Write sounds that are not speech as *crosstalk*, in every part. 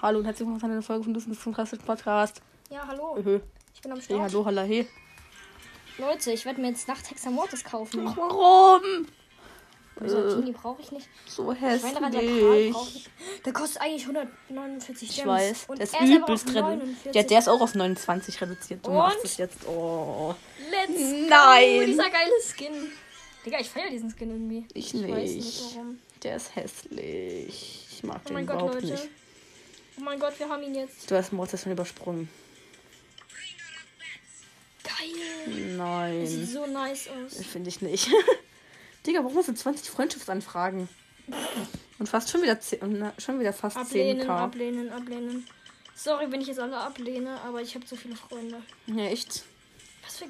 Hallo und herzlich willkommen zu einer Folge von Dussens zum klassischen Podcast. Ja, hallo. Öhö. Ich bin am Hey, Start. Mhm. hallo, hallo, hey. Leute, ich werde mir jetzt Nacht Hexamortis kaufen. Ach, äh, warum? Byzantini brauche ich nicht. So Schweinrad der Karl hässlich. brauche ich nicht. Der kostet eigentlich 149 Ich Gems. weiß, Und der ist er aber übelst auf drin. 49. Ja, der ist auch auf 29 reduziert. Du Und? machst es jetzt. Oh. Let's go, Nein. Dieser geile Skin. Digga, ich feiere diesen Skin irgendwie. Ich Ich weiß nicht. nicht warum. Der ist hässlich. Ich mag Oh den mein Gott, überhaupt Leute. nicht. Oh mein Gott, wir haben ihn jetzt. Du hast Mortis schon übersprungen. Geil. Das Nein. sieht so nice aus. Finde ich nicht. *laughs* Digga, warum hast du 20 Freundschaftsanfragen? Und fast schon wieder, 10, und na- schon wieder fast Ablehnen, 10k. ablehnen, ablehnen. Sorry, wenn ich jetzt alle ablehne, aber ich habe so viele Freunde. Ja, echt. Was für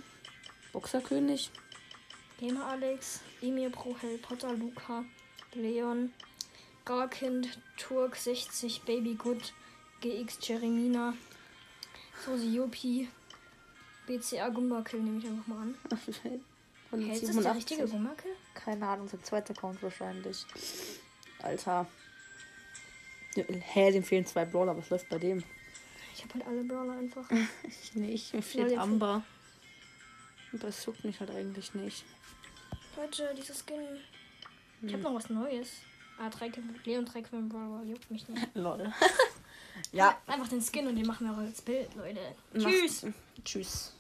Boxerkönig. Gamer Alex, Emir Pro, Harry Potter, Luca, Leon, Garkind, Turk 60, Baby Good, GX Jeremina, Sosi Yuppie, BCA Gumbakill nehme ich einfach mal an. Und Hey, ist das der 87. richtige Gumbakill? Keine Ahnung, sein zweiter Account wahrscheinlich. Alter. Ja, Hä, dem fehlen zwei Brawler, was läuft bei dem? Ich habe halt alle Brawler einfach. Ich nicht, mir Ja, fehlt der Amber. Aber das juckt mich halt eigentlich nicht. Leute, dieser Skin. Ich habe noch was Neues. Ah, drei Kämpfe mit Leon, drei Kämpfe mit Brawler, juckt mich nicht. Lol. ja, Einfach den Skin und den machen wir auch als Bild, Leute. Mach- Tschüss! tschüss.